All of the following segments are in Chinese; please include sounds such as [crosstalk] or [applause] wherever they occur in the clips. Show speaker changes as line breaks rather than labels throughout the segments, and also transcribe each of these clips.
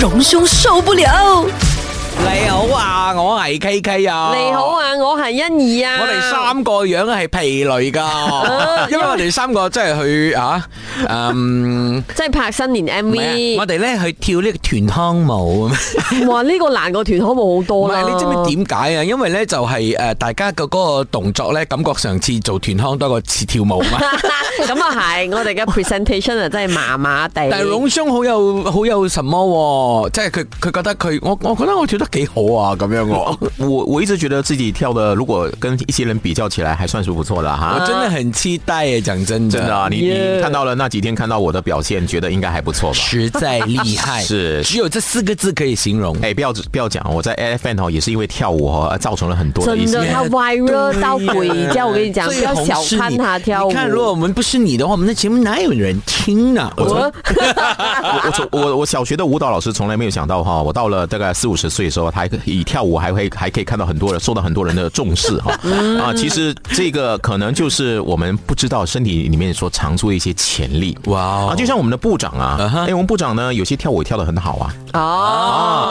隆兄受不了。
你好啊，我係 K K 啊。
你好。啊，我係欣怡啊。
我哋三個樣係疲累噶，因為我哋三個真係去啊，嗯，
即係拍新年
唔係
MV，
啊我哋咧去跳呢個團康舞
[laughs]
咁。
哇！呢個難過團可冇好
唔
多啦。
係，你知唔知點解啊？因為咧就係、呃大家嘅嗰個動作咧，感覺上次做團康多過似
[laughs]
跳舞嘛。
咁啊係，我哋嘅 presentation 啊真係麻麻地。
但係隆胸好有好有什麼喎、即係佢佢覺得佢我我覺得我跳得幾好啊
[laughs]
咁樣我。
我我一直觉得自己跳的，如果跟一些人比较起来，还算是不错的
我
哈。
真的很期待耶，讲真的，
真的啊，你你
Yeah
看到了那几天看到我的表现，觉得应该还不错
[laughs]
吧？
实在厉害，
[laughs] 是
只有这四个字可以形容。
哎、不要不要讲，我在 F N 哦，也是因为跳舞哦，呃造成了很多的一
真
啊
的，
些。
他 viral 到鬼叫！我跟你讲，不
最
要
红
小
是
看
你
他跳舞。
你看，如果我们不是你的话，我们的节目哪有人听啊？我
我
我我从我我小学的舞蹈老师从来没有想到哈，我到了大概四五十岁的时候，他还可以以跳舞还会还可以看到很多人受到很多人的重视哈。啊，其实这个可能就是我们不知道身体里面所藏住的一些潜力。
哇哦
啊，就像我们的部长啊，哎、
嗯哼
我们部长呢，有些跳舞也跳得很好啊。
[laughs] 哦
啊，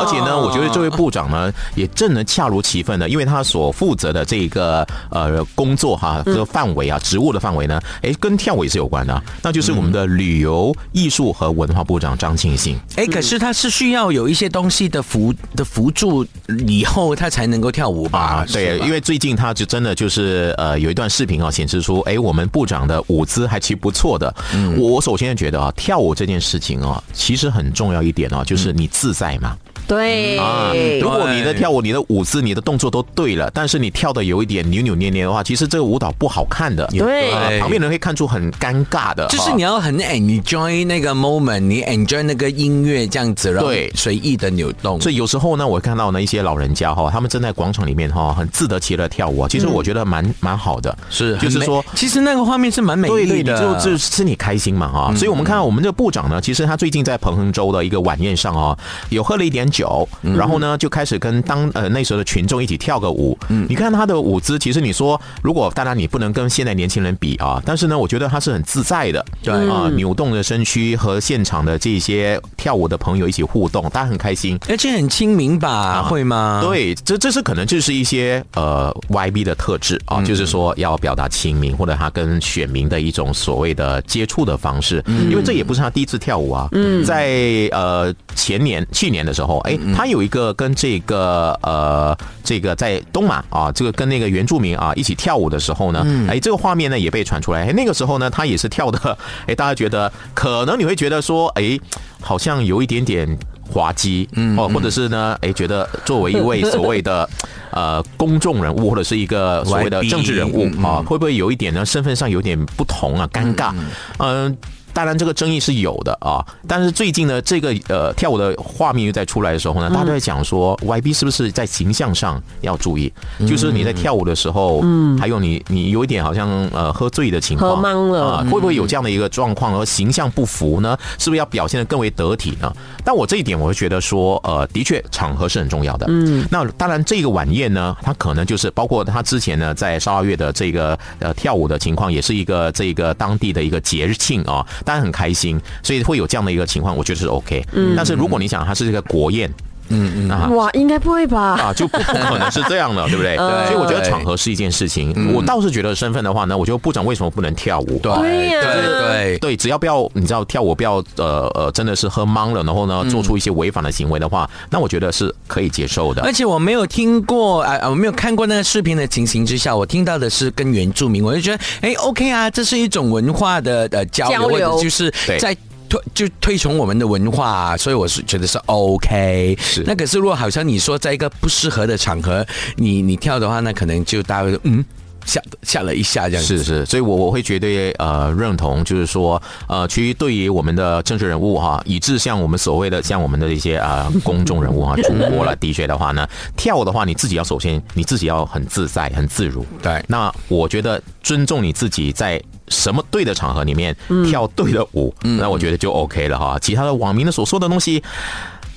而且呢，我觉得这位部长呢，也正能恰如其分的，因为他所负责的这个呃工作哈，
嗯
这个范围啊，职务的范围呢，哎，跟跳舞也是有关的，那就是我们的旅游、艺术和文化部长张庆信。
哎、可是他是需要有一些东西的辅的辅助，以后他才能够跳舞吧？
对，
啊是吧
因为最近他就真的就是呃，有一段视频啊，显示出哎，我们部长的舞姿还其实不错的。
嗯
我我首先觉得啊，跳舞这件事情啊，其实很重要一点哦，
嗯
就是你自在嘛。
对，
啊，如果你的跳舞、你的舞姿、你的动作都对了，但是你跳的有一点扭扭捏捏的话，其实这个舞蹈不好看的。
对
啊旁边人会看出很尴尬的。
就是你
啊
要很 enjoy 那个 moment，你 enjoy 那个音乐这样子，然后
对
随意的扭动。
所以有时候呢，我看到呢一些老人家哈，他们正在广场里面哈，很自得其乐地跳舞啊。其实我觉得蛮蛮好的，
嗯是，
就
很
是
美
说。
其实那个画面是蛮美
对
丽
对，你
的，
就就是你开心嘛啊！所以我们看到我们这个部长呢，其实他最近在彭亨州的一个晚宴上啊，有喝了一点酒，然后呢就开始跟当呃那时候的群众一起跳个舞。你看他的舞姿，其实你说如果当然你不能跟现在年轻人比啊，但是呢，我觉得他是很自在的，
对
啊，扭动着身躯和现场的这些跳舞的朋友一起互动，大家很开心。
而且很亲民吧？会吗？。
啊对，这这是可能就是一些呃 YB 的特质啊，就是说要表达亲民，或者他跟选民的一种所谓的接触的方式，因为这也不是他第一次跳舞啊。嗯，在呃前年去年的时候，哎，他有一个跟这个呃这个在东马啊，这个跟那个原住民啊一起跳舞的时候呢，哎，这个画面呢也被传出来，哎，那个时候呢他也是跳的，哎，大家觉得可能你会觉得说，哎，好像有一点点。滑稽，哦，或者是呢，哎，觉得作为一位所谓的呃公众人物，或者是一个所谓的
YB
政治人物
嗯
啊，会不会有一点呢？身份上有点不同啊，尴尬，嗯。当然，这个争议是有的啊，但是最近呢，这个呃跳舞的画面又在出来的时候呢，大家都在讲说，YB 是不是在形象上要注意？就是你在跳舞的时候，嗯，还有你你有一点好像呃喝醉的情况，
喝懵了
啊会不会有这样的一个状况，而形象不符呢？是不是要表现得更为得体呢？但我这一点，我会觉得说，呃，的确场合是很重要的。嗯，那当然，这个晚宴呢，它可能就是包括他之前呢，在十二月的这个呃跳舞的情况，也是一个这个当地的一个节日庆啊、当然很开心，所以会有这样的一个情况，我觉得是 OK。嗯，但是如果你想它是这个国宴，嗯嗯啊。
哇，应该不会吧？
啊，就不不可能是这样了，对不
[laughs]
对？
对
所以我觉得场合是一件事情。
嗯
我倒是觉得身份的话呢，我觉得部长为什么不能跳舞？
对
对呀
对对，
对，只要不要你知道跳舞不要呃呃，真的是喝懵了，然后呢做出一些违反的行为的话，那我觉得是可以接受的
而。且我没有听过啊、啊我没有看过那个视频的情形之下，我听到的是跟原住民，我就觉得哎，OK 啊，这是一种文化的呃交流，
交流
或者就是
对
在。推就推崇我们的文化、啊所以我是觉得是 OK。
是
那可是如果好像你说在一个不适合的场合，你你跳的话，那可能就大家会说嗯吓吓了一下这样子。
是是，所以我我会绝对呃认同，就是说呃，其实对于我们的政治人物哈，以致像我们所谓的像我们的一些啊、呃、公众人物
[laughs]
哈，主播了 DJ 的话呢，跳的话你自己要首先你自己要很自在很自如。
对
那我觉得尊重你自己在。什么对的场合里面
嗯
跳对的舞，那我觉得就 OK 了哈。其他的网民的所说的东西，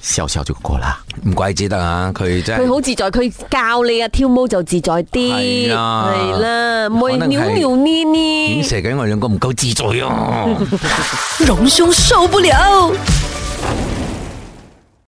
笑笑就过啦。
唔怪之得啊，佢真
佢
係
好自在，佢教你啊跳舞就自在啲，
係啊
係啦，唔會
可能係
扭扭捏
影
捏。
射緊我兩個唔夠自在啊！
隆兄受不了。